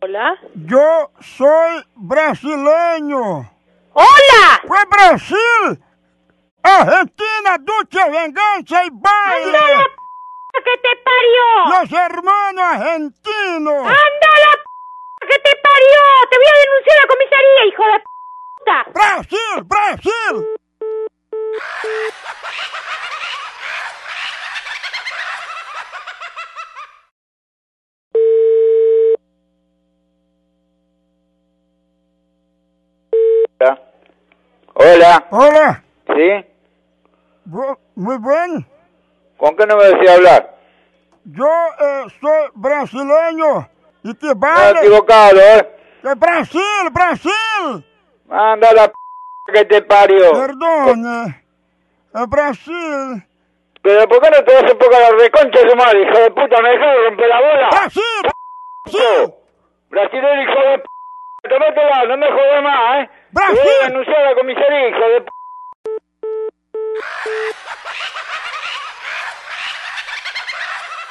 Hola. Yo soy brasileño. ¡Hola! Fue Brasil, Argentina, ducha, venganza y ¡Anda baile. la p que te parió! Los hermanos argentinos. ¡Anda la p que te parió! ¡Te voy a denunciar a la comisaría, hijo de puta! Brasil, Brasil. Hola. Hola. Hola. ¿Sí? Bu- muy bien. ¿Con qué no me decía hablar? Yo eh, soy brasileño. Y te No, vale. equivocado, ¿eh? de É Brasil, Brasil. Anda la p que te parió. Perdone. Eh, Brasil. Pero ¿por qué no te das un poco a la reconcha de su madre, hijo de puta? ¿Me dejaron romper la bola? Brasil. Brasil. Brasilero, hijo de p. Tomátela, no me jodas más, ¿eh? Brasil. Te Voy a denunciar a la comisaría, hijo de p.